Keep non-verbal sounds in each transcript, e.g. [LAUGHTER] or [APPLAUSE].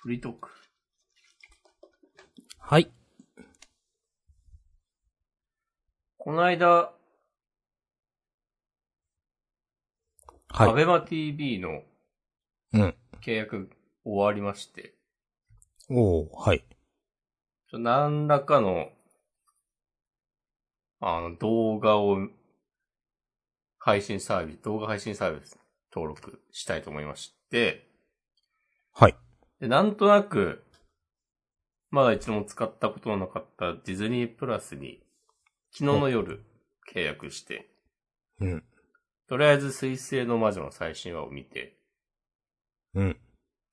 フリートーク。はい。この間、はアい。ベマ TV のうん。契約終わりまして、おー、はい。ちょ何らかの、あの、動画を、配信サービス、動画配信サービス登録したいと思いまして、はい。で、なんとなく、まだ一度も使ったことのなかったディズニープラスに、昨日の夜、契約して、うん。とりあえず水星の魔女の最新話を見て、うん。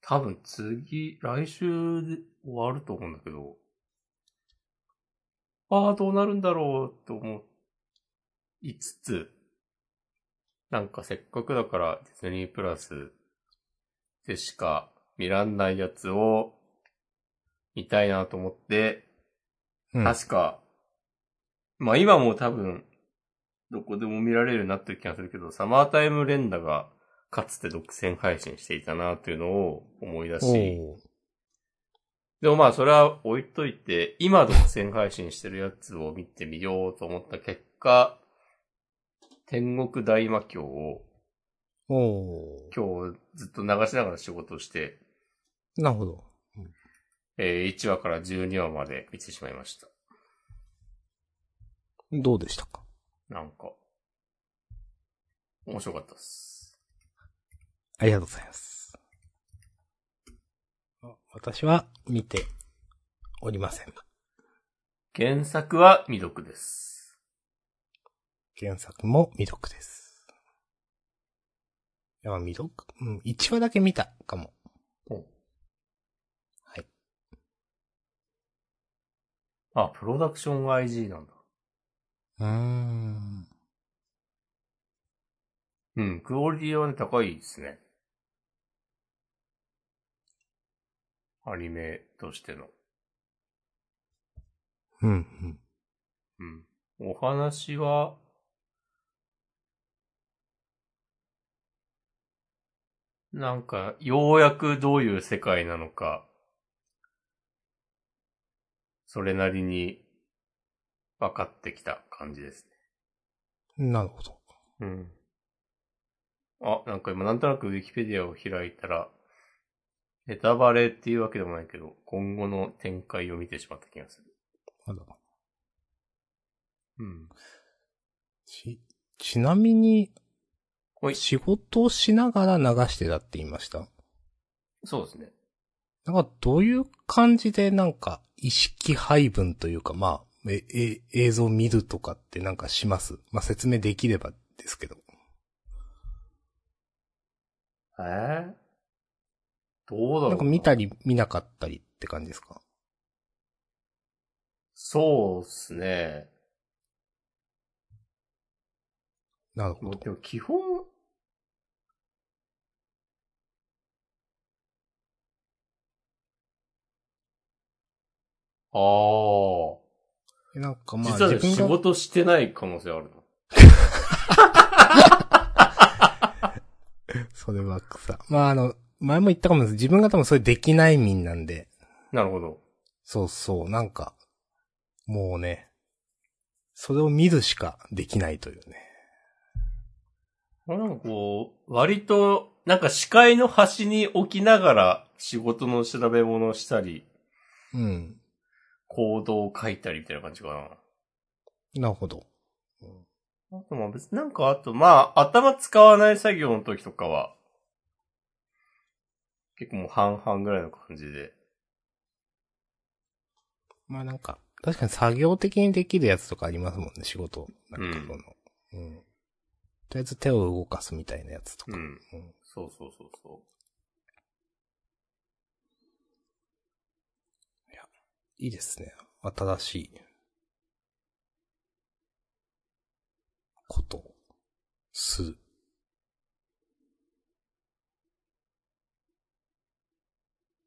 多分次、来週で終わると思うんだけど、ああ、どうなるんだろうと思いつつ、なんかせっかくだからディズニープラスでしか見らんないやつを見たいなと思って、うん。確か、まあ今も多分、どこでも見られるようになってる気がするけど、サマータイム連打がかつて独占配信していたなというのを思い出おし、ー。でもまあそれは置いといて、今独占配信してるやつを見てみようと思った結果、天国大魔教をお今日ずっと流しながら仕事をして、ー。なるほど。え1話から12話まで見てしまいました。どうでしたかなんか、面白かったっす。ありがとうございます。あ私は見ておりません。原作は未読です。原作も未読です。いや、未読うん、1話だけ見たかも。おはい。あ、プロダクション IG なんだ。うーん。うん、クオリティはね、高いですね。アニメとしての。うん、うん。うん。お話は、なんか、ようやくどういう世界なのか、それなりに分かってきた感じですなるほど。ね。うん。あ、なんか今なんとなくウィキペディアを開いたら、ネタバレっていうわけでもないけど、今後の展開を見てしまった気がする。あらうん。ち、ちなみに、はい仕事をしながら流してたって言いました。そうですね。なんかどういう感じでなんか意識配分というかまあ、え、え、映像見るとかってなんかします。まあ説明できればですけど。えー、どうだろうなんか見たり見なかったりって感じですかそうっすね。なるほもうど。でも基本、あえなんかあ、まあ実はね、自仕分が、事してない可能性あるの。それは草。まああの、前も言ったかもです。自分が多分それできない民なんで。なるほど。そうそう、なんか、もうね、それを見るしかできないというね。なんかこう、割と、なんか視界の端に置きながら仕事の調べ物をしたり、うん。行動を書いたりみたいな感じかな。なるほど。あとまあ別になんかあとまあ頭使わない作業の時とかは結構もう半々ぐらいの感じで。まあなんか、確かに作業的にできるやつとかありますもんね、仕事。なんかこの、うん、とりあえず手を動かすみたいなやつとか。うん。うんそうそうそうそいいですね。新しい。ことを、する。う。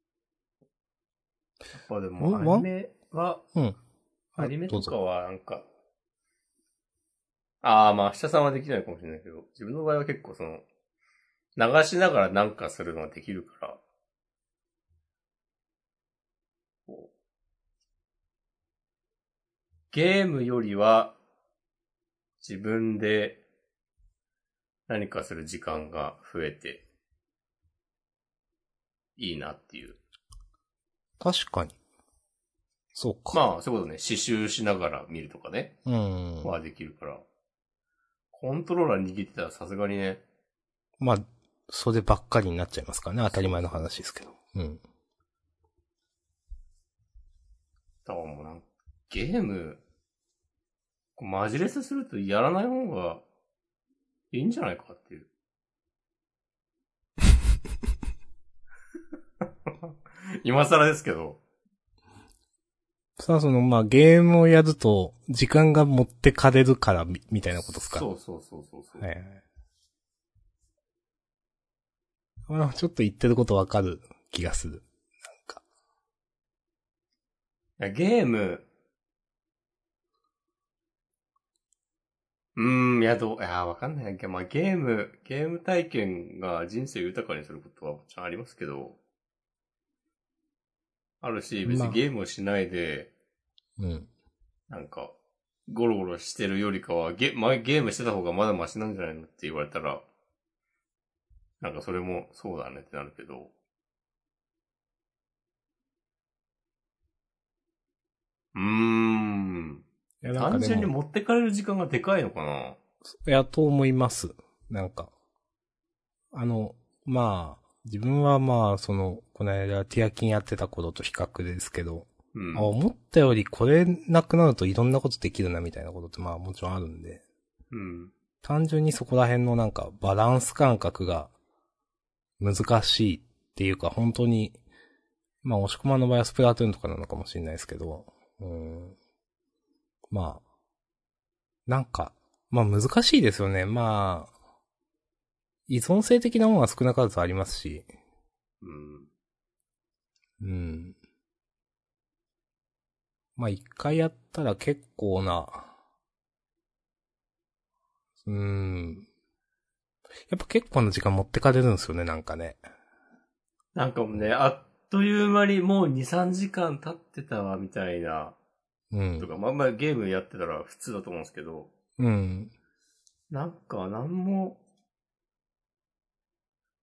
やっぱでうもんわアニメは、うん。アニメどとうぞかはなんか、ああまあ明日さんはできないかもしれないけど、自分の場合は結構その、流しながらなんかするのはできるから、ゲームよりは、自分で何かする時間が増えて、いいなっていう。確かに。そうか。まあ、そういうことね、刺繍しながら見るとかね、うん。はできるから。コントローラー握ってたらさすがにね、まあ、そればっかりになっちゃいますからね。当たり前の話ですけど。うん。だからもうなんゲーム、こうマジレスするとやらない方がいいんじゃないかって [LAUGHS] いう。今更ですけど。さあ、その、まあ、ゲームをやると、時間が持ってかれるから、み、みたいなことですかそうそうそうそうそう、はいはい。あちょっと言ってることわかる気がする。いやゲーム、うーん、いや、どう、いや、わかんないけど、まあ、ゲーム、ゲーム体験が人生を豊かにすることはもちろんありますけど、あるし、別まあにゲームをしないで、うん。なんか、ゴロゴロしてるよりかは、ゲ,、ま、ゲームしてた方がまだマシなんじゃないのって言われたら、なんかそれもそうだねってなるけど。うーん。いや、なんか単で純にも、持ってかれる時間がでかいのかないや、と思います。なんか。あの、まあ、自分はまあ、その、この間、ティアキンやってた頃と比較ですけど、うん。あ思ったよりこれなくなるといろんなことできるなみたいなことってまあもちろんあるんで、うん。単純にそこら辺のなんかバランス感覚が難しいっていうか本当に、まあ押し込まんの場合はスプラトゥーンとかなのかもしれないですけど、うん、まあ、なんか、まあ難しいですよね。まあ、依存性的なものは少なからずありますし、うん。うん。まあ、一回やったら結構な、うーん。やっぱ結構な時間持ってかれるんですよね、なんかね。なんかもうね、あっという間にもう2、3時間経ってたわ、みたいな。うとん。か、まあまあゲームやってたら普通だと思うんですけど。うん。なんか、なんも、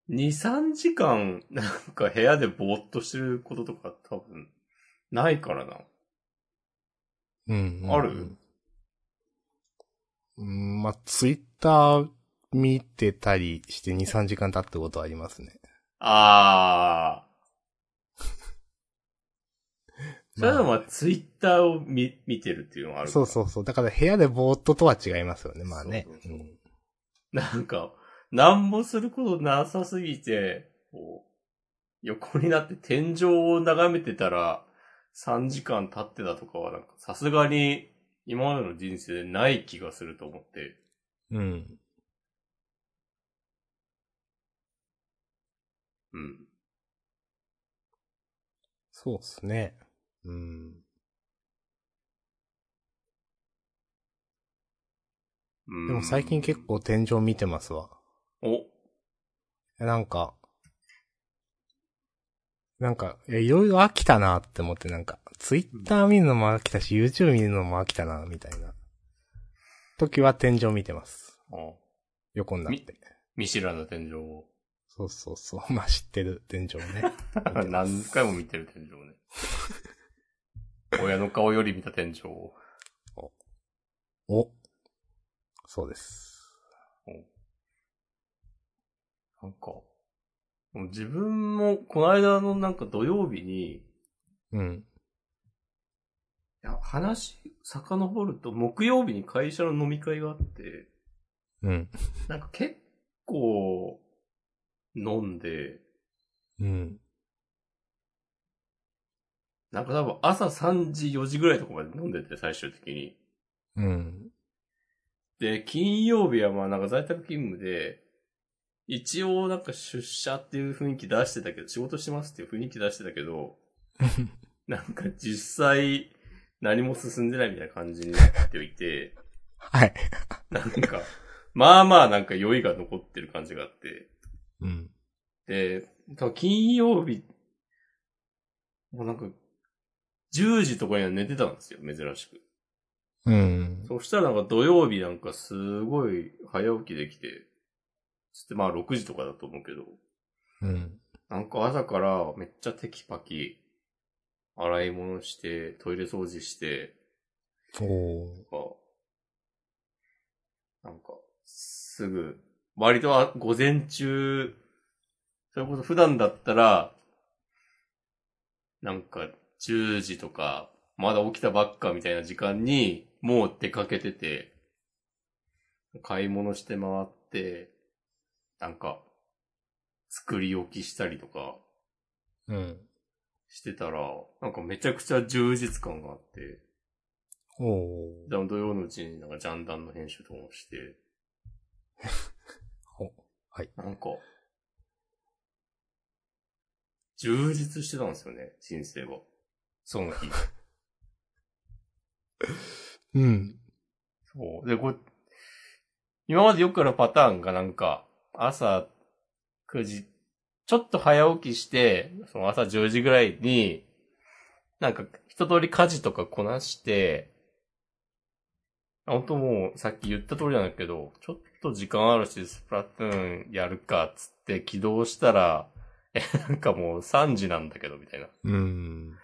2、3時間、 [LAUGHS] なんか部屋でぼーっとしてることとか多分、ないからな。うん。うんあるうん、まあ、ツイッター見てたりして2、3時間経ったことはありますね。あー。そまれあでも、ツイッターを見、見てるっていうのがあるかそらうそうそう。だから部屋でぼーっととは違いますよね、まあね。そうそうそううんなんか、なんもすることなさすぎて、こう、横になって天井を眺めてたら、3時間経ってたとかは、なんか、さすがに、今までの人生でない気がすると思って。うん。うん。そうっすね。うん。うんでも最近結。構天井見てますわ。お、なんか、なんか、いやいろいろ飽きたなって思って、なんか、ツイッター見るのも飽きたし、YouTube 見るのも飽きたな、みたいな。時は天井見てます。あ横になって。見知らぬ天井を。そうそうそう。 [LAUGHS] まあ、知ってる天井ね。てます何回も見てる天井ね。親の顔より見た天井を。お。そうです。なんか、もう自分も、この間のなんか土曜日に、うん。いや、話、遡ると、木曜日に会社の飲み会があって、うん。なんか結構、飲んで、うん。なんか多分朝3時、4時ぐらいとかまで飲んでて、最終的に。うん。で、金曜日はまあなんか在宅勤務で、一応なんか出社っていう雰囲気出してたけど、仕事してますっていう雰囲気出してたけど、なんか実際何も進んでないみたいな感じになっていて、はい。なんか、まあまあなんか酔いが残ってる感じがあって。うん。で、多分金曜日、もうなんか、10時とかには寝てたんですよ、珍しく。うん。そしたらなんか土曜日なんかすごい早起きできて、つってまあ6時とかだと思うけど、うん。なんか朝からめっちゃテキパキ、洗い物して、トイレ掃除して、おおとか、なんか、すぐ、割とは午前中、それこそ普段だったら、なんか10時とか、まだ起きたばっかみたいな時間に、もう出かけてて、買い物して回って、なんか、作り置きしたりとかうん。してたら、なんかめちゃくちゃ充実感があって、おおであの土曜のうちになんかジャンダンの編集とかも [LAUGHS] して、おはい。なんか、充実してたんですよね、人生は。その日。うん。そう。で、これ、今までよくあるパターンがなんか、朝9時、ちょっと早起きして、その朝10時ぐらいに、なんか一通り家事とかこなして、本当もうさっき言った通りなんだけど、ちょっと時間あるし、スプラトゥーンやるか、つって起動したら、え、なんかもう3時なんだけど、みたいな。うん。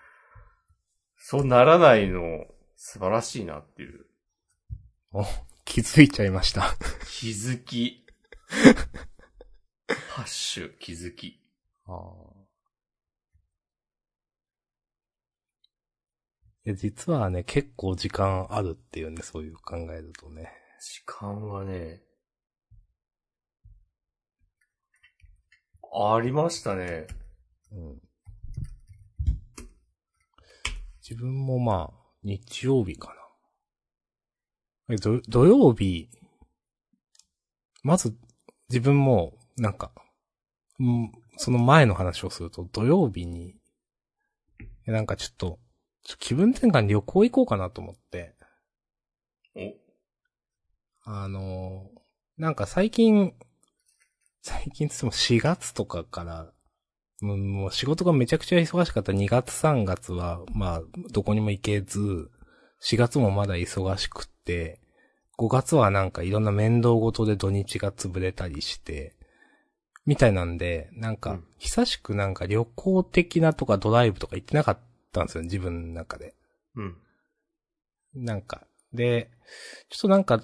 そうならないの、素晴らしいなっていう。気づいちゃいました。気づき。ハッシュ、気づき。ああ。いや、実はね、結構時間あるっていうね、そういう考えだとね。時間はね、ありましたね。うん。自分もまあ、日曜日かな。え、ど、土曜日、まず、自分も、なんか、うん、その前の話をすると、土曜日に、えなんかちょっと、ちょっと気分転換旅行行こうかなと思って、お、あのーなんか最近、最近つっても4月とかから、もうもう仕事がめちゃくちゃ忙しかった2月3月は、まあ、どこにも行けず、4月もまだ忙しくって、5月はなんかいろんな面倒ごとで土日が潰れたりして、みたいなんで、なんうかん、久しくなんか旅行的なとかドライブとか行ってなかったんですよね、自分の中で。うん。なんか、で、ちょっとなんか、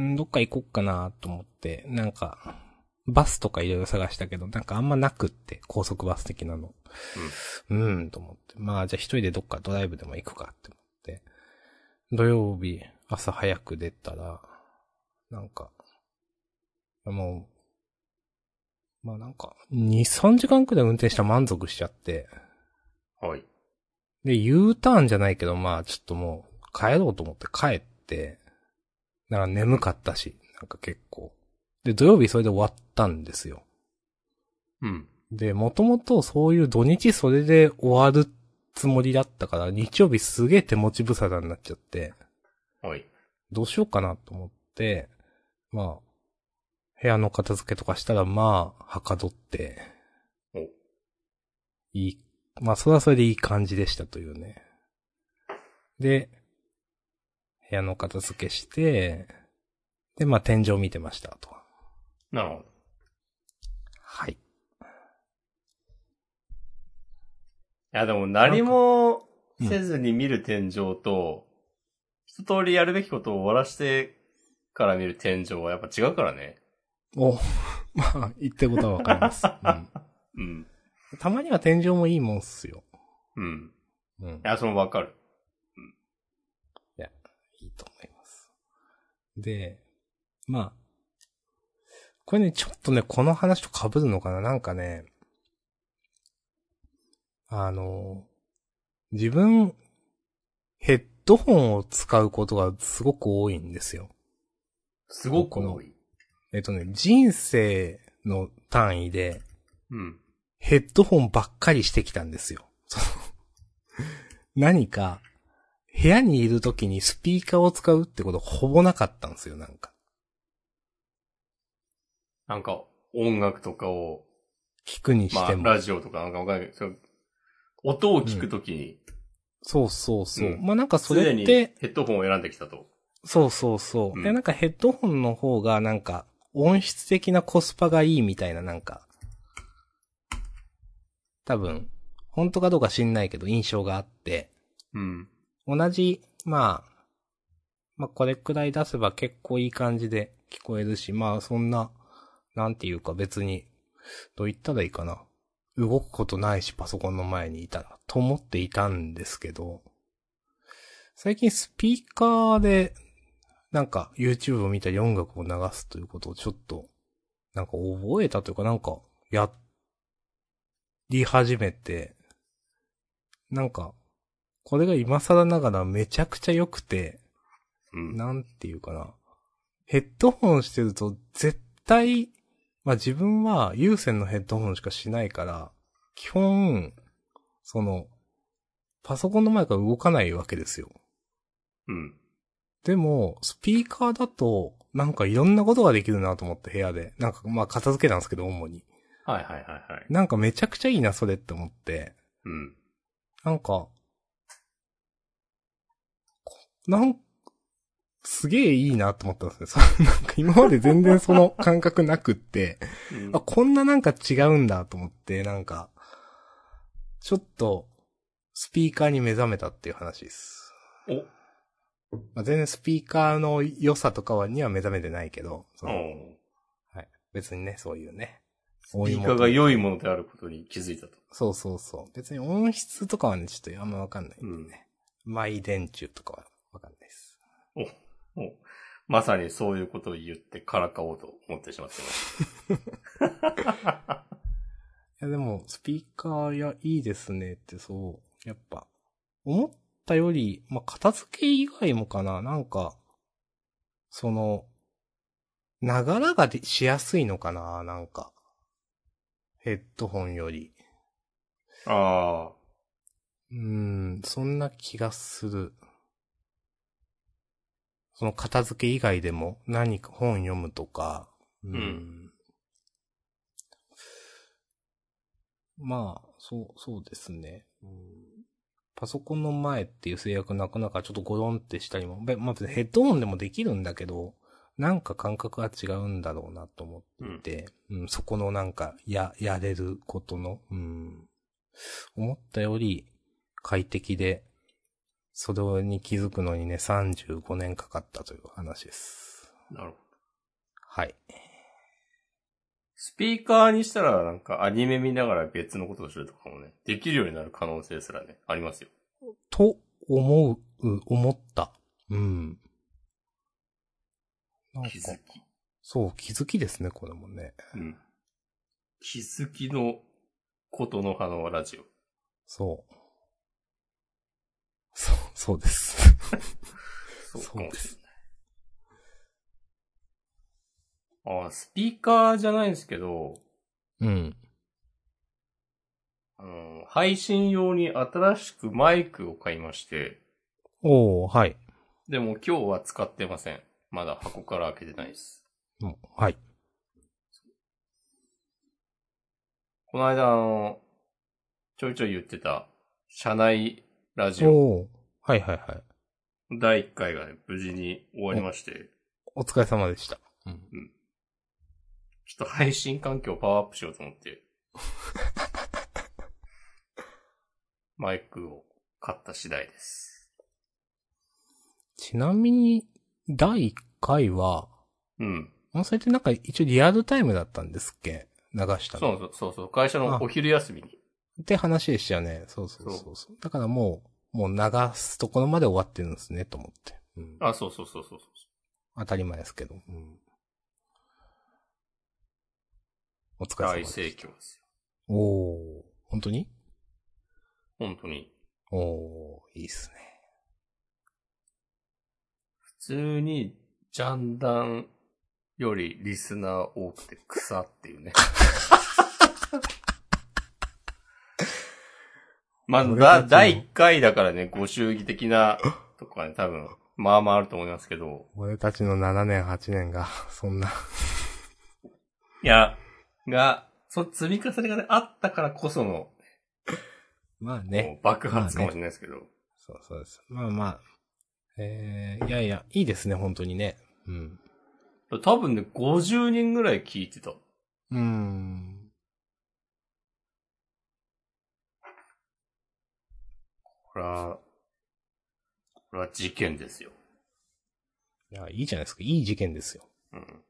んどっか行こっかなと思って、なんか、バスとかいろいろ探したけど、なんかあんまなくって、高速バス的なの。うん、と思って。まあ、じゃあ一人でどっかドライブでも行くかって思って。土曜日、朝早く出たら、なんか、もう、まあなんか、2、3時間くらい運転したら満足しちゃって、はい。で、U ターンじゃないけど、まあ、ちょっともう、帰ろうと思って帰って、なんか眠かったし、なんか結構。で、土曜日それで終わったんですよ。うん。で、もともとそういう土日それで終わるつもりだったから、日曜日すげえ手持ち無沙汰になっちゃって、はい。どうしようかなと思って、まあ、部屋の片付けとかしたら、まあ、はかどって、おいい、まあ、それはそれでいい感じでしたというね。で、部屋の片付けして、で、まあ、天井見てましたと。なるほど。はい。いやでも何もせずに見る天井と、一通りやるべきことを終わらしてから見る天井はやっぱ違うからね。お、 [LAUGHS] まあ、言ってることはわかります、ううん。ん。たまには天井もいいもんっすよ。うん。うんい。や、そのわかる。いいと思います。で、まあ、これね、ちょっとね、この話と被るのかななんかね、あの、自分、ヘッドホンを使うことがすごく多いんですよ。すごく多い。えっとね、人生の単位で、うん。ヘッドホンばっかりしてきたんですよ。 [LAUGHS] その何か、部屋にいる時にスピーカーを使うってことほぼなかったんですよ、なんか。なんか、音楽とかを、聞くにましあ、ても。ラジオとかなんかわかんないけど、そう音を聞くときにそうそうそう。うんまあなんかそれにっヘて、ッドホンを選んできたと。そうそうそう。うんで、なんかヘッドホンの方がなんか音質的なコスパがいいみたいななんか、多分、本当かどうか知んないけど印象があって、うん。同じ、まあ、まあこれくらい出せば結構いい感じで聞こえるし、まあそんな、なんていうか別に、どう言ったらいいかな。動くことないしパソコンの前にいたら、と思っていたんですけど、最近スピーカーで、なんか YouTube を見たり音楽を流すということをちょっと、なんか覚えたというかなんか、やり始めて、なんか、これが今更ながらめちゃくちゃ良くて、うん。なんていうかな。ヘッドホンしてると絶対、まあ自分は有線のヘッドホンしかしないから、基本、その、パソコンの前から動かないわけですよ。うん。でも、スピーカーだと、なんかいろんなことができるなと思って部屋で。なんかまあ片付けたんですけど、主に。はいはいはいはい。なんかめちゃくちゃいいな、それって思って。うん。なんか、こなん、すげえいいなと思ったんですね [LAUGHS] そう。なんか今まで全然その感覚なくって、うんあ、こんななんか違うんだと思って、なんか、ちょっと、スピーカーに目覚めたっていう話です。おまあ、全然スピーカーの良さとかはには目覚めてないけど、そのお別にね、そういうね。ススピーカーが良いものであることに気づいたと。そうそうそう。別に音質とかはね、ちょっとあんまわかんないんでね。マイ電柱とかはわかんないです。おまさにそういうことを言ってからかおうと思ってしまってます。いやでも、スピーカーや、いいですねってそう、やっぱ、思ったより、まあ、片付け以外もかな、なんか、その、ながらがでしやすいのかな、なんか。ヘッドホンより。ああ。うーん、そんな気がする。その片付け以外でも何か本読むとか、うん。うんまあ、そう、そうですね、うん。パソコンの前っていう制約なかなかちょっとゴロンってしたりも、べまあ別にヘッドホンでもできるんだけど、なんか感覚が違うんだろうなと思ってうんっ。てうん、そこのなんか、や、やれることの、うん、思ったより快適で、それに気づくのにね、35年かかったという話です。なるほど。はい。スピーカーにしたらなんかアニメ見ながら別のことをするとかもね、できるようになる可能性すらね、ありますよ。と、思う、う思った。うん。なんか気、づき。そう、気づきですね、これもね。うん。気づきのことの葉のラジオ。そう。そう、そうです。そうかそうもでしれすない。ああ、スピーカーじゃないんですけど、うん。あの、配信用に新しくマイクを買いまして、おー、はい。でも今日は使ってません。まだ箱から開けてないです。うんはい。この間あの、ちょいちょい言ってた、社内ラジオおー、はいはいはい。第1回がね、無事に終わりまして、お疲れ様でした。うん。ちょっと配信環境をパワーアップしようと思って、 [LAUGHS] マイクを買った次第です。ちなみに、第1回は、うん。もうそれってなんか一応リアルタイムだったんですっけ流したそうの。そうそうそう、会社のお昼休みに。って話でしたよね。そうそうそうそうだからもう、もう流すところまで終わってるんですね、と思って。うん、あ、そうそうそうそうそう。当たり前ですけど。うん、お疲れ様大でした。盛況ですよ。おー、本当に本当に。おー、いいっすね。普通に、ジャンダンよりリスナー多くて草っていう [LAUGHS] ね。まあ、俺たちだも第1回だからね、ご祝儀的なとかね、多分、まあまああると思いますけど、俺たちの7年、8年が、そんな。いや、が、その積み重ねがね、あったからこその、まあね。もう爆発かもしれないですけど、そうそうです。まあまあ。えー、いやいや、いいですね、本当にね。うん。多分ね、50人ぐらい聞いてた。うん。これは、これは事件ですよ。いや、いいじゃないですか。いい事件ですよ。うん。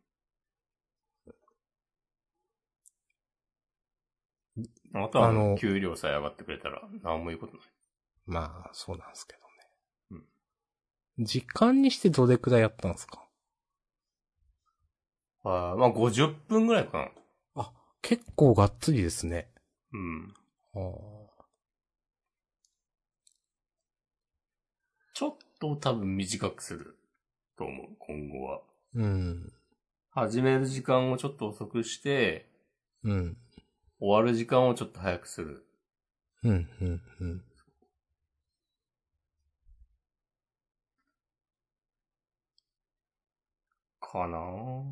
あとはあの給料さえ上がってくれたら、何も言うことない。まあ、そうなんですけどね。時間にしてどれくらいやったんですかあーまあ、50分ぐらいかな。結構がっつりですね。うん。あーちょっと多分短くすると思う、今後は。うん。始める時間をちょっと遅くして、うん。終わる時間をちょっと早くする。うん、うん、うん。かなぁ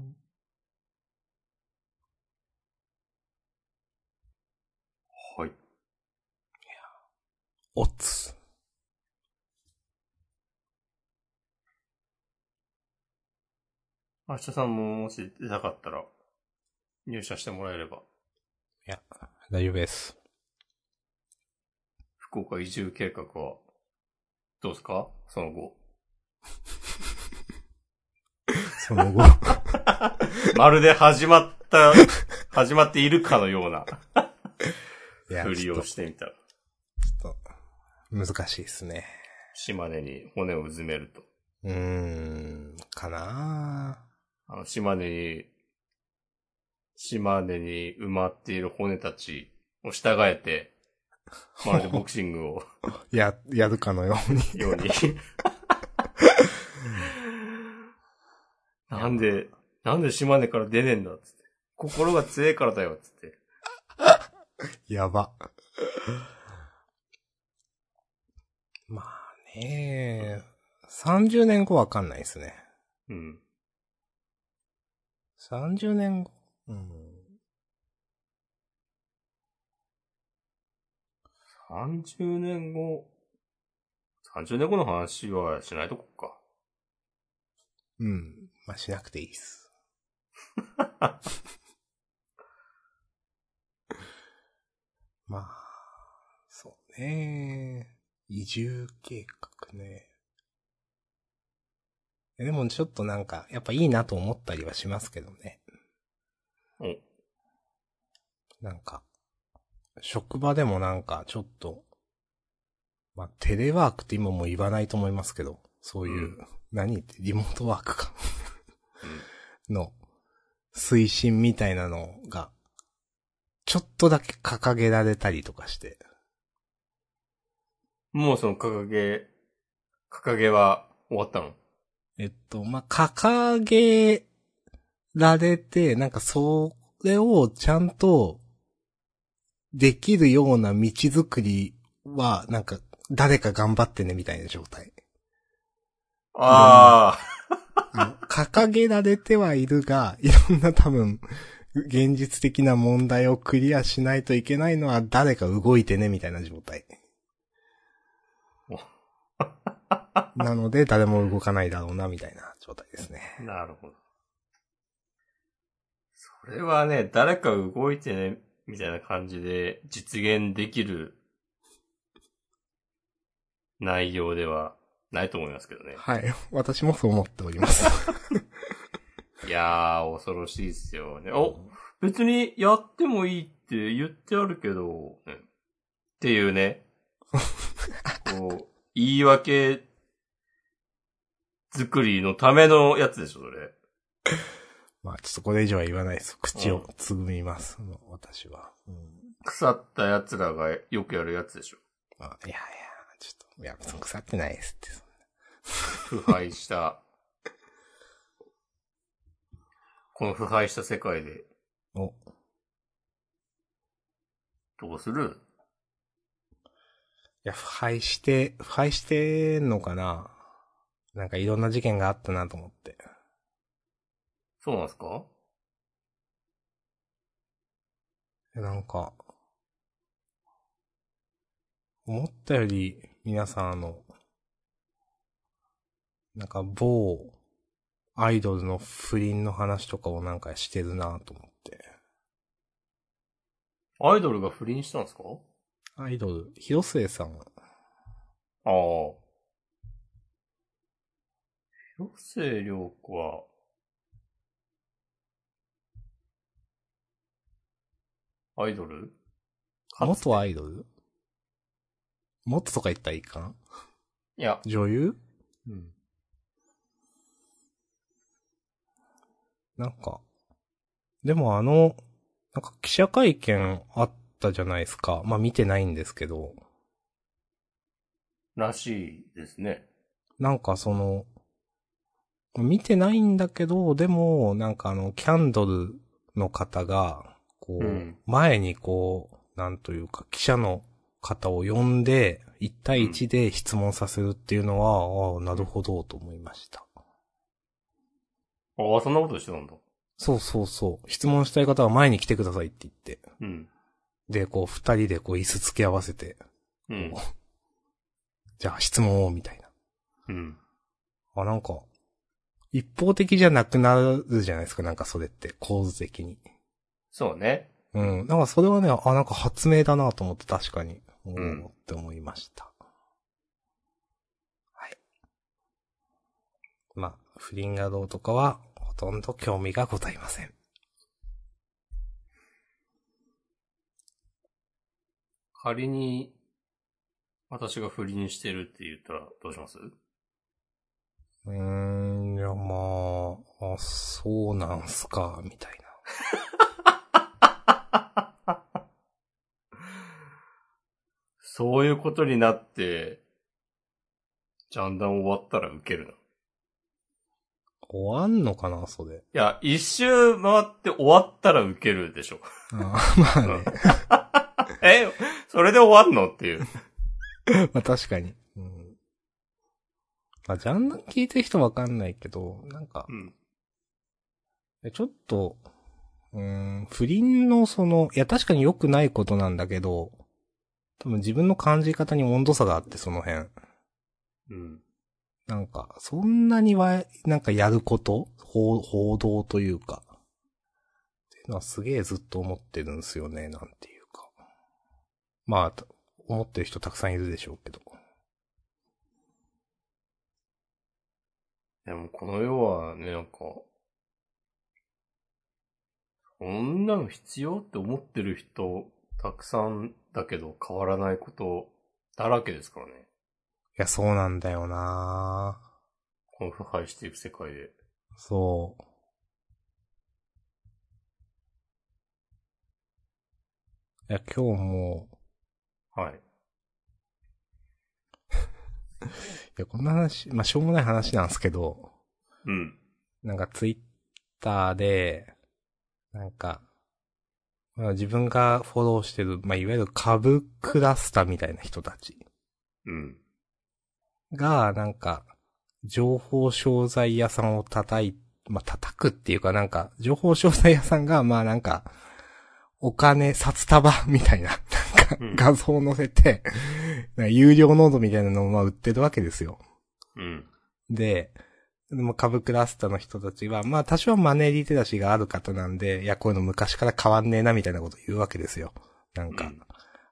はい。おつ。明日さんももし出たかったら、入社してもらえれば、いや、大丈夫 [LAUGHS] です。福岡移住計画は、どうですかその後。その後。まるで始まった、始まっているかのようないや、ふちりょっをと、してみたら、難しいですね。島根に骨をうずめると。うーん、かなあの、島根に、島根に埋まっている骨たちを従えて、まるでボクシングを、ぁや、やるかのように。ように。なんで、なんで島根から出ねえんだっつって。心が強いからだよっつって。やば。まあね30年後わかんないですね。うん。 30年後。うん。 30年後、30年後の話はしないとこっか。うん。まあしなくていいっす。まあ、そうね移住計画ね。えでもちょっとなんか、やっぱいいなと思ったりはしますけどね。お。なんか、職場でもなんかちょっと、まあテレワークって今もう言わないと思いますけど、そういう、うん何ってリモートワークか。の推進みたいなのが、ちょっとだけ掲げられたりとかして。もうその掲げ、掲げは終わったのえっと、まあ、掲げられて、なんかそれをちゃんとできるような道づくりは、なんか誰か頑張ってねみたいな状態。ああ、あの掲げられてはいるが、いろんな多分、現実的な問題をクリアしないといけないのは誰か動いてね、みたいな状態お。なので、誰も動かないだろうな、みたいな状態ですね。なるほど。それはね、誰か動いてね、みたいな感じで実現できる内容ではないと思いますけどね。はい。 [LAUGHS] 私もそう思っております。いやー、恐ろしいですよね。お、別にやってもいいって言ってあるけど、ねっていうね。こう、言い訳作りのためのやつでしょ、それ。まあ、ちょっとこれ以上は言わないです。口をつぐみます、もう私は。うん腐った奴らがよくやるやつでしょ。まあ、いやいや、ちょっと、いや、別に腐ってないですって。腐敗した。この腐敗した世界でお、どうするいや、腐敗して、腐敗してんのかななんかいろんな事件があったなと思って。そうなんですかなんか、思ったより皆さんあの、なんか某アイドルの不倫の話とかをなんかしてるなと思って。アイドルが不倫したんですかアイドル、広末さん、ああ。広末涼子は、アイドルかつ元アイドル元とか言ったらいいかないや、女優うん。なんか、でもあの、なんか記者会見あったじゃないですか。まあ見てないんですけど、らしいですね。なんかその、見てないんだけど、でも、なんかあの、キャンドルの方が、こう、うん前にこう、なんというか、記者の方を呼んで、1対1で質問させるっていうのは、ああ、なるほど、と思いました。ああ、そんなことしてたんだ。そうそうそう。質問したい方は前に来てくださいって言って。うん。で、こう、二人でこう、椅子付け合わせて、うん。じゃあ質問を、みたいな。うん。あ、なんか、一方的じゃなくなるじゃないですか、なんかそれって、構図的に。そうね。うん。なんかそれはね、あ、なんか発明だなと思って確かに、うんん、って思いました。はい。まあ、不倫がどうとかは、ほとんど興味がございません。仮に、私が不倫してるって言ったらどうしますうーん、いや、まあ、あ、そうなんすか、みたいな。そういうことになって、ジャンダン終わったらウケるな。い終わんのかな、それ。や、一周回って終わったらウケるでしょ。 [LAUGHS] あー [LAUGHS] まあね。え、それで終わんのっていう。まあ確かに。うん。まあジャンル聞いてる人わかんないけど、なんかう、ん。えちょっと、うーん、不倫のその、いや確かに良くないことなんだけど、多分自分の感じ方に温度差があって、その辺。うん。なんか、そんなには、なんかやること報報道というか。っていうのはすげえずっと思ってるんですよね、なんていうか。まあ、た思ってる人たくさんいるでしょうけど。でもこの世はね、なんか、そんなの必要って思ってる人、たくさんだけど変わらないことだらけですからね。いや、そうなんだよなぁ。この腐敗していく世界で。そう。いや、今日も、はい。いや、こんな話、まあ、しょうもない話なんですけど、うん。なんかツイッターで、なんか、まあ自分がフォローしてる、まあ、いわゆる株クラスターみたいな人たちうん。が、なんか、情報商材屋さんを叩い、まあ、叩くっていうかなんか、情報商材屋さんが、まあなんか、お金、札束みたいな、うなんんか、画像を載せて、なんか有料ノードみたいなのをまあ売ってるわけですよ。うん。で、でも株クラスターの人たちは、まあ多少マネーリテラシーがある方なんで、いや、こういうの昔から変わんねえな、みたいなこと言うわけですよ。なんか、うん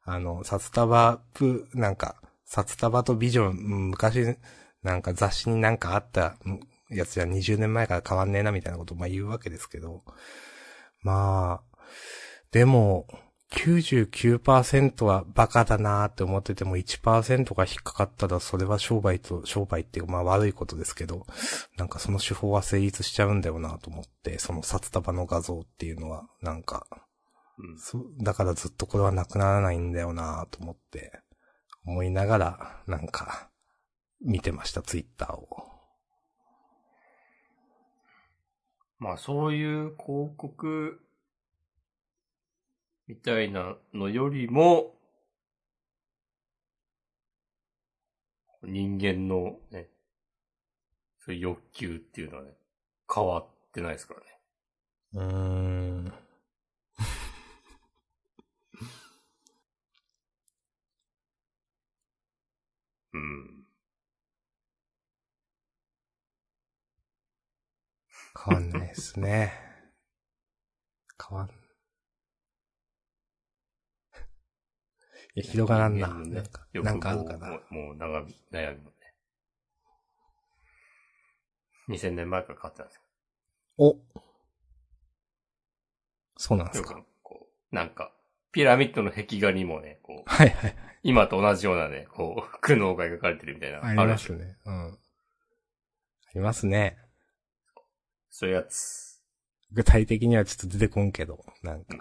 あの、札束プ、なんか、札束とビジョン、うん昔、なんか雑誌になんかあったうんやつじゃ20年前から変わんねえな、みたいなこと、まあ言うわけですけど、まあ、でも、99%はバカだなーって思ってても1%が引っかかったらそれは商売と、商売っていうかまあ悪いことですけど、なんかその手法は成立しちゃうんだよなと思って、その札束の画像っていうのは、なんか、うん。そだからずっとこれはなくならないんだよなと思って、思いながら、なんか、見てました、ツイッターを。まあそういう広告みたいなのよりも、人間のね、そういう欲求っていうのはね、変わってないですからね。うーん。うん。変わんないですね。変 [LAUGHS] わん。いや、広がらんな。人間のなんか、欲なんかあ望るかな。ももう長み、悩みもね。2000年前から変わってないですおそうなんでよ。すよか。く、こう、なんか、ピラミッドの壁画にもね、こう、はいはい。今と同じようなね、こう、 [LAUGHS] 苦悩が描かれてるみたいな。ありるまでしょすね。うん。ありますね。そういうやつ。具体的にはちょっと出てこんけど、なんか。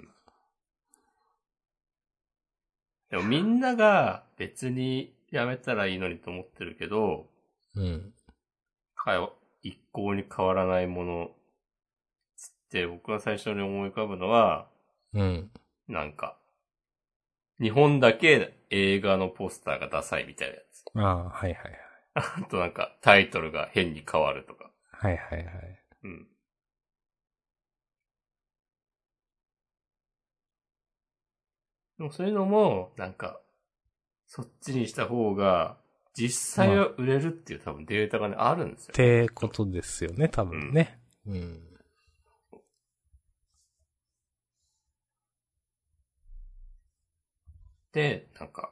でもみんなが別にやめたらいいのにと思ってるけど、うん。かよ一向に変わらないもの、つって僕が最初に思い浮かぶのは、うん。なんか、日本だけ映画のポスターがダサいみたいなやつ。ああ、はいはいあとなんかタイトルが変に変わるとか。はい。はいはいはい。うん。でもそういうのも、なんか、そっちにした方が、実際は売れるっていう多分データがね、あるんですよっ。てことですよね、多分ね。うん。で、なんか、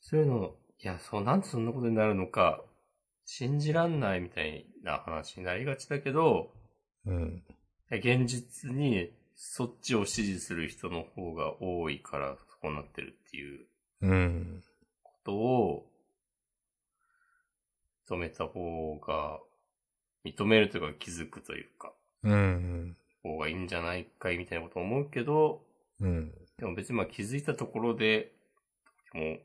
そういうの、いや、そう、なんでそんなことになるのか、信じらんないみたいな話になりがちだけど、うん。現実にそっちを支持する人の方が多いから、そうなってるっていううん。ことを、認めた方が、認めるというか気づくというか、うん。方がいいんじゃないかいみたいなことを思うけど、うん。でも別にまあ気づいたところで、もう、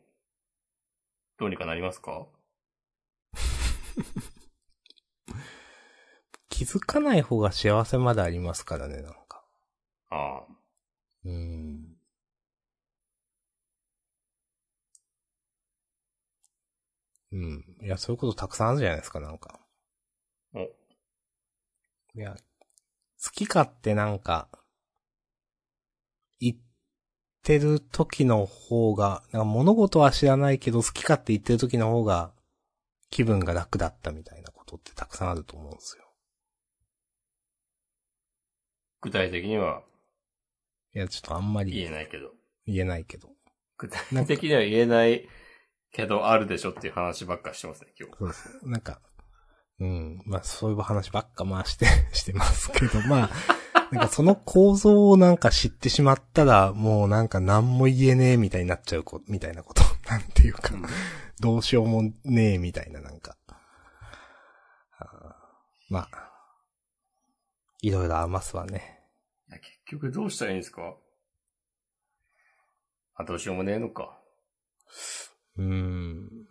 どうにかなりますか気づかない方が幸せまでありますからね、なんか。ああ。うん。うん。いや、そういうことたくさんあるじゃないですか、なんか。おいや、好き勝手なんか、言ってる時の方が、なんか物事は知らないけど好き勝手言ってる時の方が気分が楽だったみたいなことってたくさんあると思うんですよ。具体的にはいや、ちょっとあんま言えりないけど。言えないけど。具体的には言えないけどあるでしょっていう話ばっかしてますね、今日。そうそう。なんか、うん。まあ、そういう話ばっかまあして、 [LAUGHS] してますけど、まあ、なんかその構造をなんか知ってしまったら、もうなんか何も言えねえみたいになっちゃうこ、みたいなこと。 [LAUGHS] なんていうか、どうしようもねえみたいななんか。あーまあ、いろいろ余すわね。いや結局どうしたらいいんですかあ、どうしようもねえのか。うーん。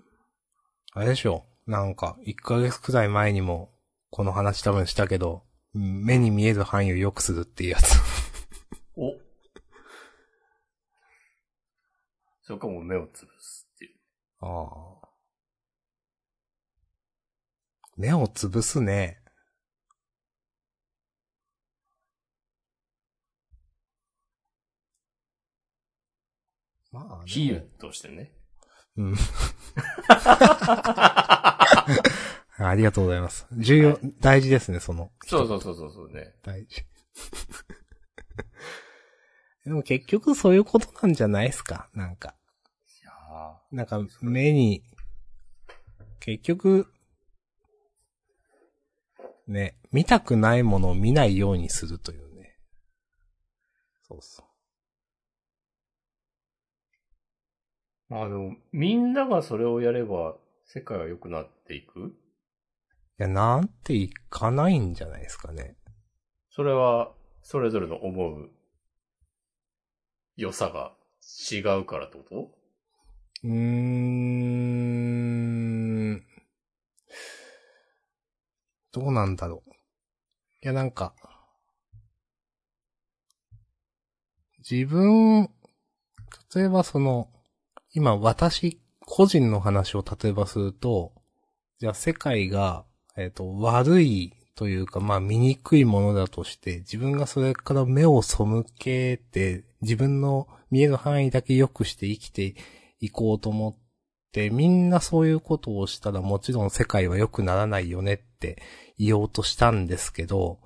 あれでしょなんか、1ヶ月くらい前にも、この話多分したけど、うん目に見える範囲を良くするっていうやつ。おそれかもう目をつぶすっていう。ああ。目をつぶすね。まあ、でもヒールとしてね。うん。ありがとうございます。重要、大事ですね、その。 [LAUGHS] そうそうそうそうそうね。大事。 [LAUGHS] でも結局そういうことなんじゃないですかなんか。いやなんか、目に、結局、ね、見たくないものを見ないようにするというね。そうそーまあでも、みんながそれをやれば、世界は良くなっていくう。いや、なんていかないんじゃないですかね。それは、それぞれの思う、良さが違うからってことうーん。どうなんだろう。いや、なんか、自分、例えばその、今私個人の話を例えばすると、じゃあ世界が、えっ、と、悪いというか、まあ醜いものだとして、自分がそれから目を背けて、自分の見える範囲だけ良くして生きていこうと思っって、みんなそういうことをしたらもちろん世界は良くならないよねって言おうとしたんですけど、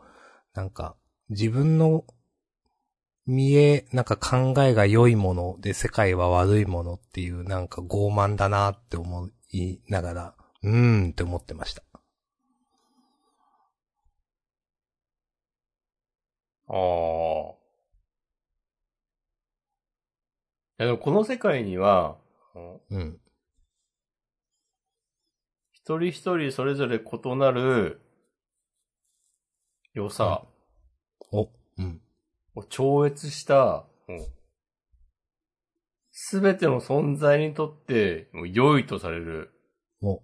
なんか、自分の見え、なんか考えが良いもので世界は悪いものっていうなんか傲慢だなって思いながら、うーんって思ってました。ああ。いやでもこの世界には、うん。一人一人それぞれ異なる良さお、うん。を超越した、すべての存在にとってもう良いとされる、お、も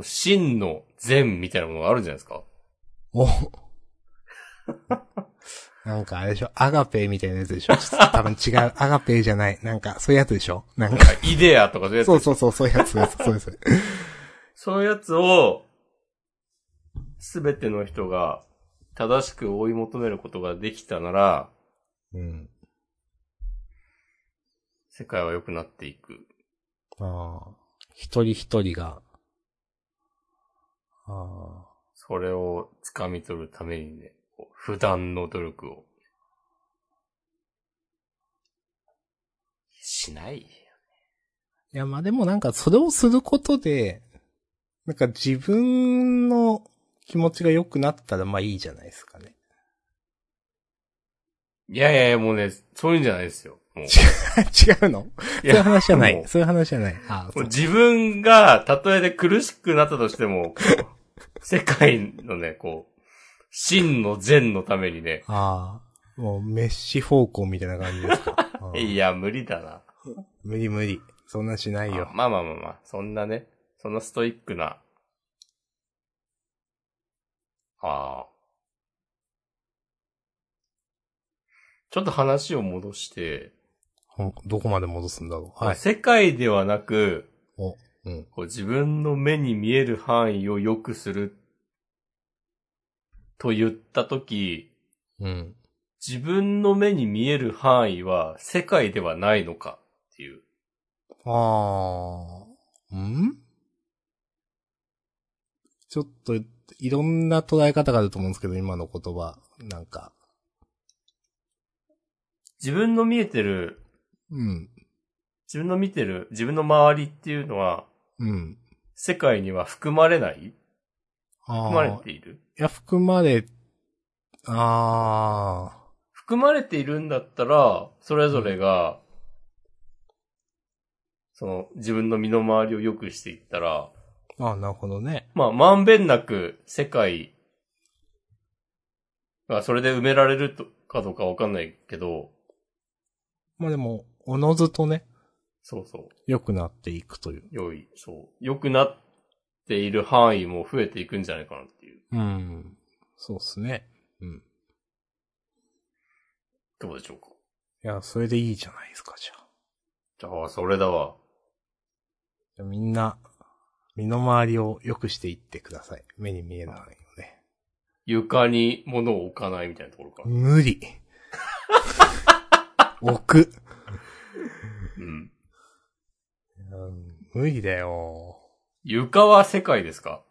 う真の善みたいなものがあるじゃないですか。お。 [LAUGHS] なんかあれでしょアガペみたいなやつでしょちょっと多分違う。アガペじゃない。なんか、そういうやつでしょなんか、イデアとかそういうやつそうそうそう、そういうやつ、そういうやつ、そういうやつ。そういうやつを、すべての人が正しく追い求めることができたなら、うん。世界は良くなっていく。ああ。一人一人が。ああ。それを掴み取るためにね、こう普段の努力を。しない。いや、まあでもなんかそれをすることで、なんか自分の気持ちが良くなったらまあいいじゃないですかね。 [LAUGHS] いやいやいや、もうね、そういうんじゃないですよ。もう違うのいそういう話じゃなもい。うそういう話じゃない。ああ、もそうう。自分が、たとえで苦しくなったとしても、こう世界のね、こう、真の善のためにね、ああ。もうメッシ方向みたいな感じですか。ああいや、無理だな。無理無理。そんなしないよあ。まあまあまあまあ、そんなね、そんなストイックな。ああ。ちょっと話を戻して、ほんどこまで戻すんだろう。はい。世界ではなく、お、うん。こう自分の目に見える範囲を良くする、と言ったとき、うん。自分の目に見える範囲は世界ではないのかっていう。ああ、んちょっと、いろんな捉え方があると思うんですけど、今の言葉、なんか。自分の見えてる、うん、自分の見てる、自分の周りっていうのは、うん。世界には含まれないあ含まれあ、ているいや、含まれ、ああ、含まれているんだったら、それぞれが、その、自分の身の回りを良くしていったら、ああ、なるほどね。まあ、まんべんなく世界がそれで埋められるとかどうかわかんないけど、まあでも、おのずとね、そうそう、良くなっていくという。良い、そう、良くなっている範囲も増えていくんじゃないかなっていう、うん。そうっすね。うん。どうでしょうか。いや、それでいいじゃないですか、じゃあ。じゃあ、それだわ。じゃあみんな、身の回りを良くしていってください。目に見えないよね。床に物を置かないみたいなところか。無理。 [LAUGHS] 置く、うん。うん無理だよ。床は世界ですか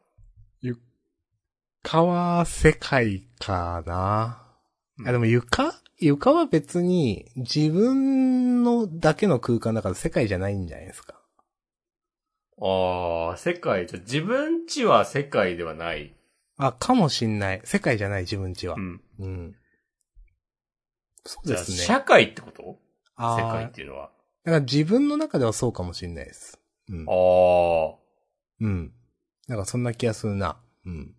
床は世界かな。うんあ、でも床床は別に自分のだけの空間だから世界じゃないんじゃないですか。ああ、世界、じゃ自分ちは世界ではない。あ、かもしんない。世界じゃない自分ちは。ん。うん。そうじでゃあ、すね。社会ってことあ世ー界っていうのは。だから自分の中ではそうかもしんないです。うあ。んあ。うん。なんかそんな気がするな。うん。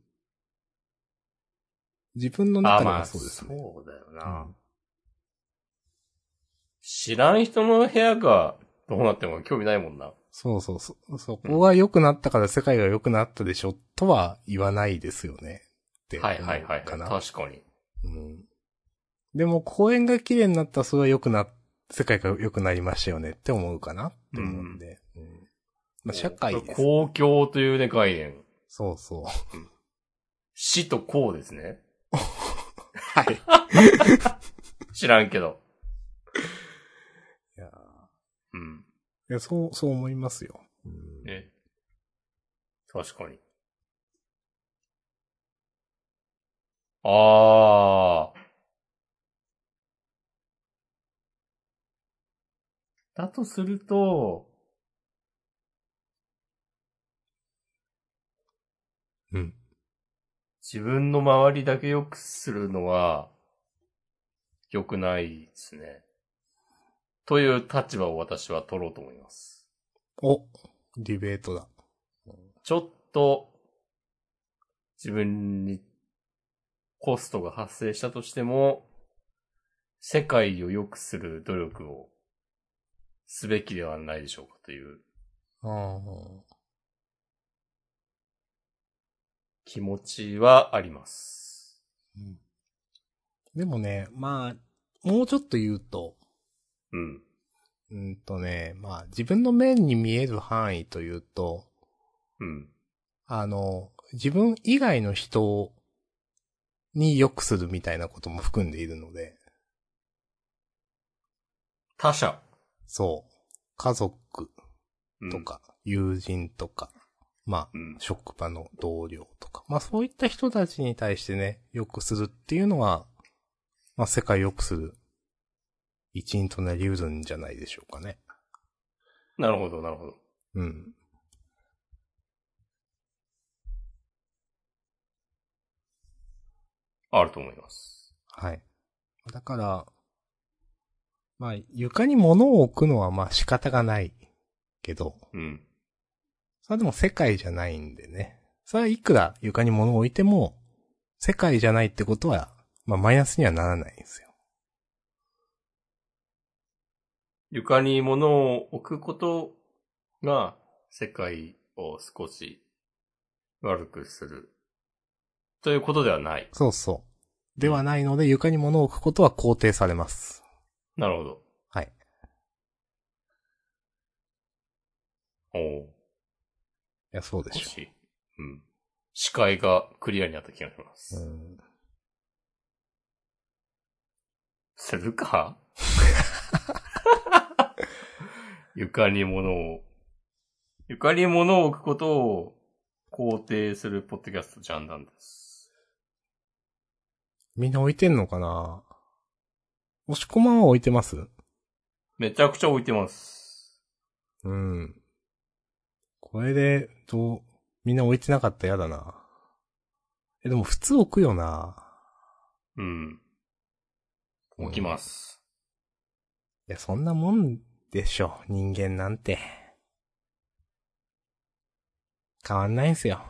自分のあ中ーでまはあ、そうですね。そうだよな。知らん人の部屋がどうなっても興味ないもんな。そうそうそう。そこが良くなったから世界が良くなったでしょとは言わないですよね。って思はういはいはい。確かな。かに。うん。でも公園が綺麗になったらそれは良くな、世界が良くなりましたよねって思うかなって思うんで。うん。まあ社会です。公共というね、概念。そうそう。死と公ですね。 [LAUGHS] は [LAUGHS] い。知らんけど。いやーうん。いや、そう、そう思いますよ。うんね。確かに。ああ。だとすると、うん。自分の周りだけ良くするのは、良くないですね。という立場を私は取ろうと思います。お、ディベートだ。ちょっと、自分にコストが発生したとしても、世界を良くする努力をすべきではないでしょうかというあ気持ちはあります。でもね、まあ、もうちょっと言うと、うん。うんとね、まあ、自分の面に見える範囲というと、うん。あの、自分以外の人に良くするみたいなことも含んでいるので、他者。そう。家族うんと。か、友人とか、まうあ、ん。職場の同僚とか、まあそういった人たちに対してね、良くするっていうのは、まあ世界を良くする一因となりうるんじゃないでしょうかね。なるほど、なるほど。うん。あると思います。はい。だから、まあ床に物を置くのはまあ仕方がないけど、うん。それはでも世界じゃないんでね。それはいくら床に物を置いても、世界じゃないってことは、まあマイナスにはならないんですよ。床に物を置くことが世界を少し悪くする。ということではない。そうそう。ではないので床に物を置くことは肯定されます。なるほど。はい。おお。いや、そうで少しし、うん。視界がクリアになった気がしまょ。うす。ん。する [LAUGHS] か床に物を、床に物を置くことを肯定するポッドキャストジャンダンです。みんな置いてんのかな押し込まんは置いてますめちゃくちゃ置いてます。うん。これで、どう、みんな置いてなかったら嫌だな。え、でも普通置くよな。うん。置きます。いや、そんなもんでしょ、人間なんて。変わんないんすよ。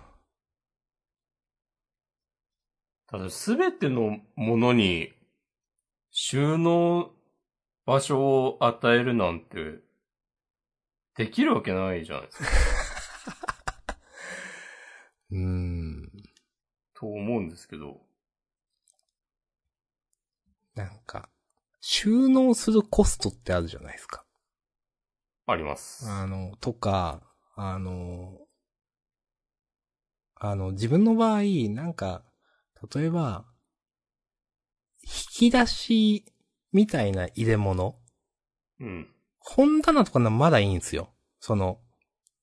ただ、すべてのものに収納場所を与えるなんて、できるわけないじゃない [LAUGHS] ですか。うーん。と思うんですけど。なんか、収納するコストってあるじゃないですか。あります。あの、とか、あの、あの、自分の場合、なんか、例えば、引き出しみたいな入れ物うん。本棚とかならまだいいんですよ。その、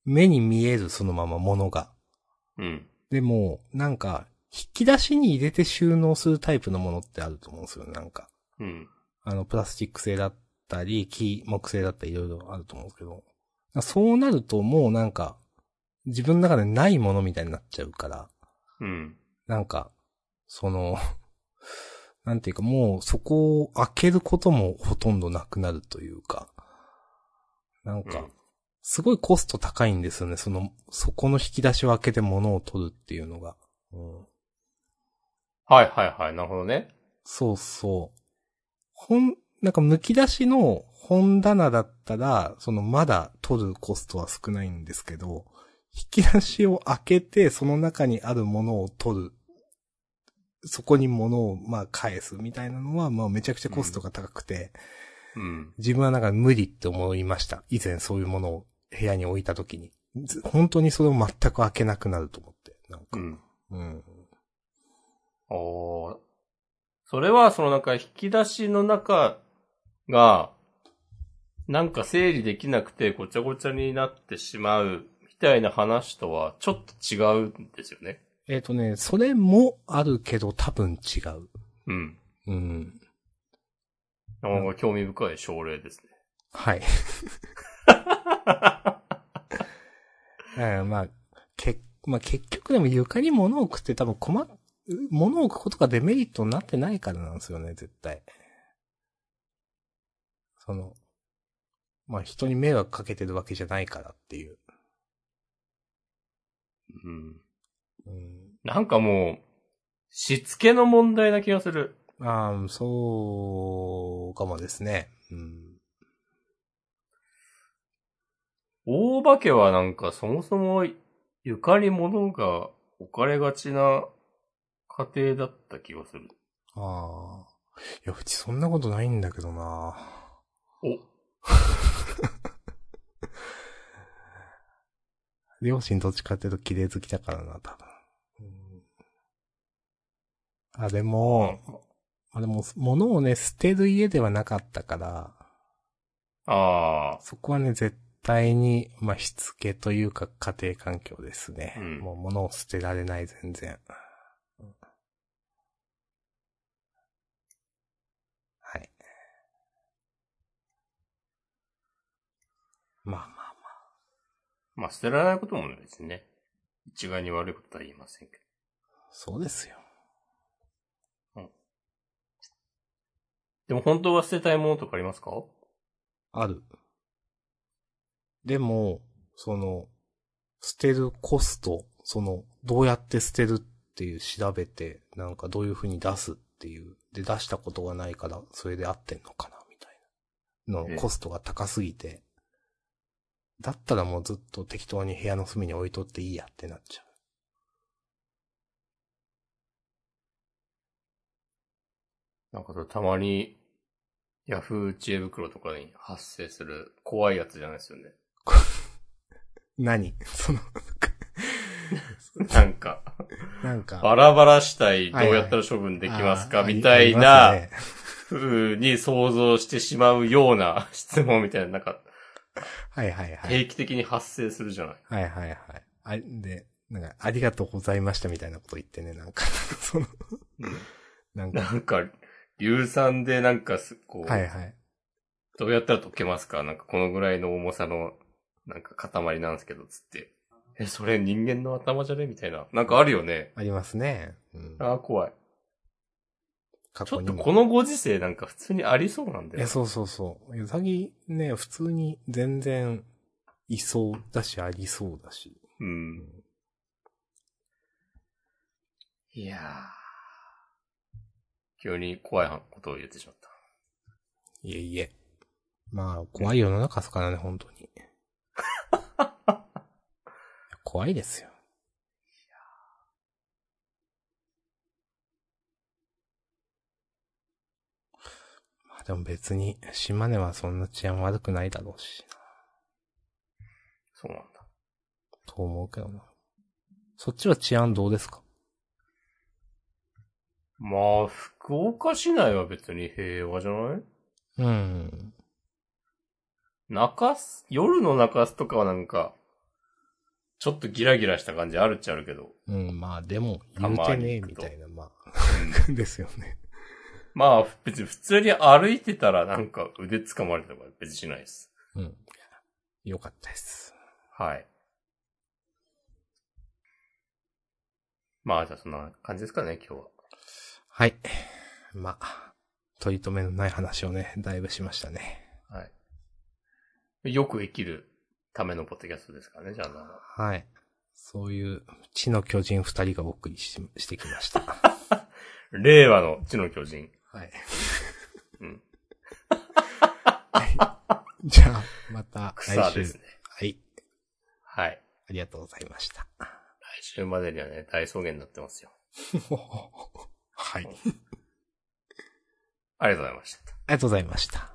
目に見えるそのままものが。うん。でも、なんか、引き出しに入れて収納するタイプのものってあると思うんですよ、なんか。うん。あの、プラスチック製だったり、木、木製だったり、いろいろあると思うんですけど。そうなるともうなんか、自分の中でないものみたいになっちゃうから、うん。なんか、その、 [LAUGHS] なんていうかもうそこを開けることもほとんどなくなるというか、なんうかん、すごいコスト高いんですよね、その、そこの引き出しを開けて物を取るっていうのが。うんはいはいはい。なるほどね。そうそう。本、なんか剥き出しの本棚だったら、そのまだ取るコストは少ないんですけど、引き出しを開けて、その中にあるものを取る。そこに物を、まあ、返すみたいなのは、まあ、めちゃくちゃコストが高くて、うん。自分はなんか無理って思いました。以前そういうものを部屋に置いた時に。ず本当にそれを全く開けなくなると思って。なんかう、ん。うん。おーそれは、そのなんか引き出しの中が、なんか整理できなくてごちゃごちゃになってしまうみたいな話とはちょっと違うんですよね。えっ、とね、それもあるけど多分違う。うん。うん。なかなか興味深い症例ですね。はい。うん、まあ、け、まあ結局でも床に物を置くって多分困っ、物を置くことがデメリットになってないからなんですよね、絶対。その、まあ人に迷惑かけてるわけじゃないからっていう。うん。うん、なんかもう、しつけの問題な気がする。ああ、そうかもですね。うん。大化けはなんかそもそも床に物が置かれがちな家庭だった気がする。ああ。いや、うちそんなことないんだけどな。お。両親どっちかっていうと綺麗好きだからな、多分。あ、でも、あ、でも、物をね、捨てる家ではなかったから、ああ、そこはね、絶対に、まあ、しつけというか家庭環境ですね。うんもう物を捨てられない、全然。はい。まあまあまあ。まあ捨てられないこともね、別にね。一概に悪いことは言いませんけど。そうですよ。でも本当は捨てたいものとかありますかある。でも、その、捨てるコスト、その、どうやって捨てるっていう調べて、なんかどういう風に出すっていう。で、出したことがないから、それで合ってんのかな、みたいな。ええの、コストが高すぎて。だったらもうずっと適当に部屋の隅に置いとっていいやってなっちゃなんかそれたまに、ヤフー知恵袋とかに発生する怖いやつじゃないですよ [LAUGHS] ね。う。何 [LAUGHS] その、なんか、なんか。バラバラしたいどうはいはいやったら処分できますかあーみたい。ありありなますね風に想像してしまうような [LAUGHS] 質問みたいな、なんかはいはいはい。定期的に発生するじゃない。はいはいはい。あ、で、なんか、ありがとうございましたみたいなこと言ってね、なんか、 [LAUGHS] その、なんか、なんか、硫酸でなんかす、こう、はいはい。どうやったら溶けますかなんかこのぐらいの重さの、なんか塊なんですけど、つって。え、それ人間の頭じゃねみたいな。なんかあるよね。ありますね。うん。ああ、怖い。過ちょ去っにとも。このご時世なんか普通にありそうなんだえ、よ。そうそうそう。うさぎね、普通に全然、いそうだし、ありそうだし。うん。いやー。急に怖いことを言ってしまった。いえいえ。まあ、怖い世の中ですからね、本 [LAUGHS] 当に。いや怖いですよ。まあでも別に、島根はそんな治安悪くないだろうし、そうなんだ。と思うけどな。そっちは治安どうですかまあ、福岡市内は別に平和じゃないうん。中洲、夜の中洲とかはなんか、ちょっとギラギラした感じあるっちゃあるけど。うん、まあでも、言うてねえみたいな、まあ、 [LAUGHS] ですよね。まあ、別に普通に歩いてたらなんか腕掴まれたとか別にしないです。うん。よかったです。はい。まあ、じゃあそんな感じですかね、今日は。はい。まあ、取り留めのない話をね、だいぶしましたね。はい。よく生きるためのポッドキャストですからね、じゃあな。はい。そういう、地の巨人二人がお送りししてきま [LAUGHS] した。令和の地の巨人。はい。うん。はいじゃあ、また来週。草ですね。はい。はい。ありがとうござい [LAUGHS] ました。来週までにはね、大草原になってますよ。はい。ありありがとうございました。がとうございました。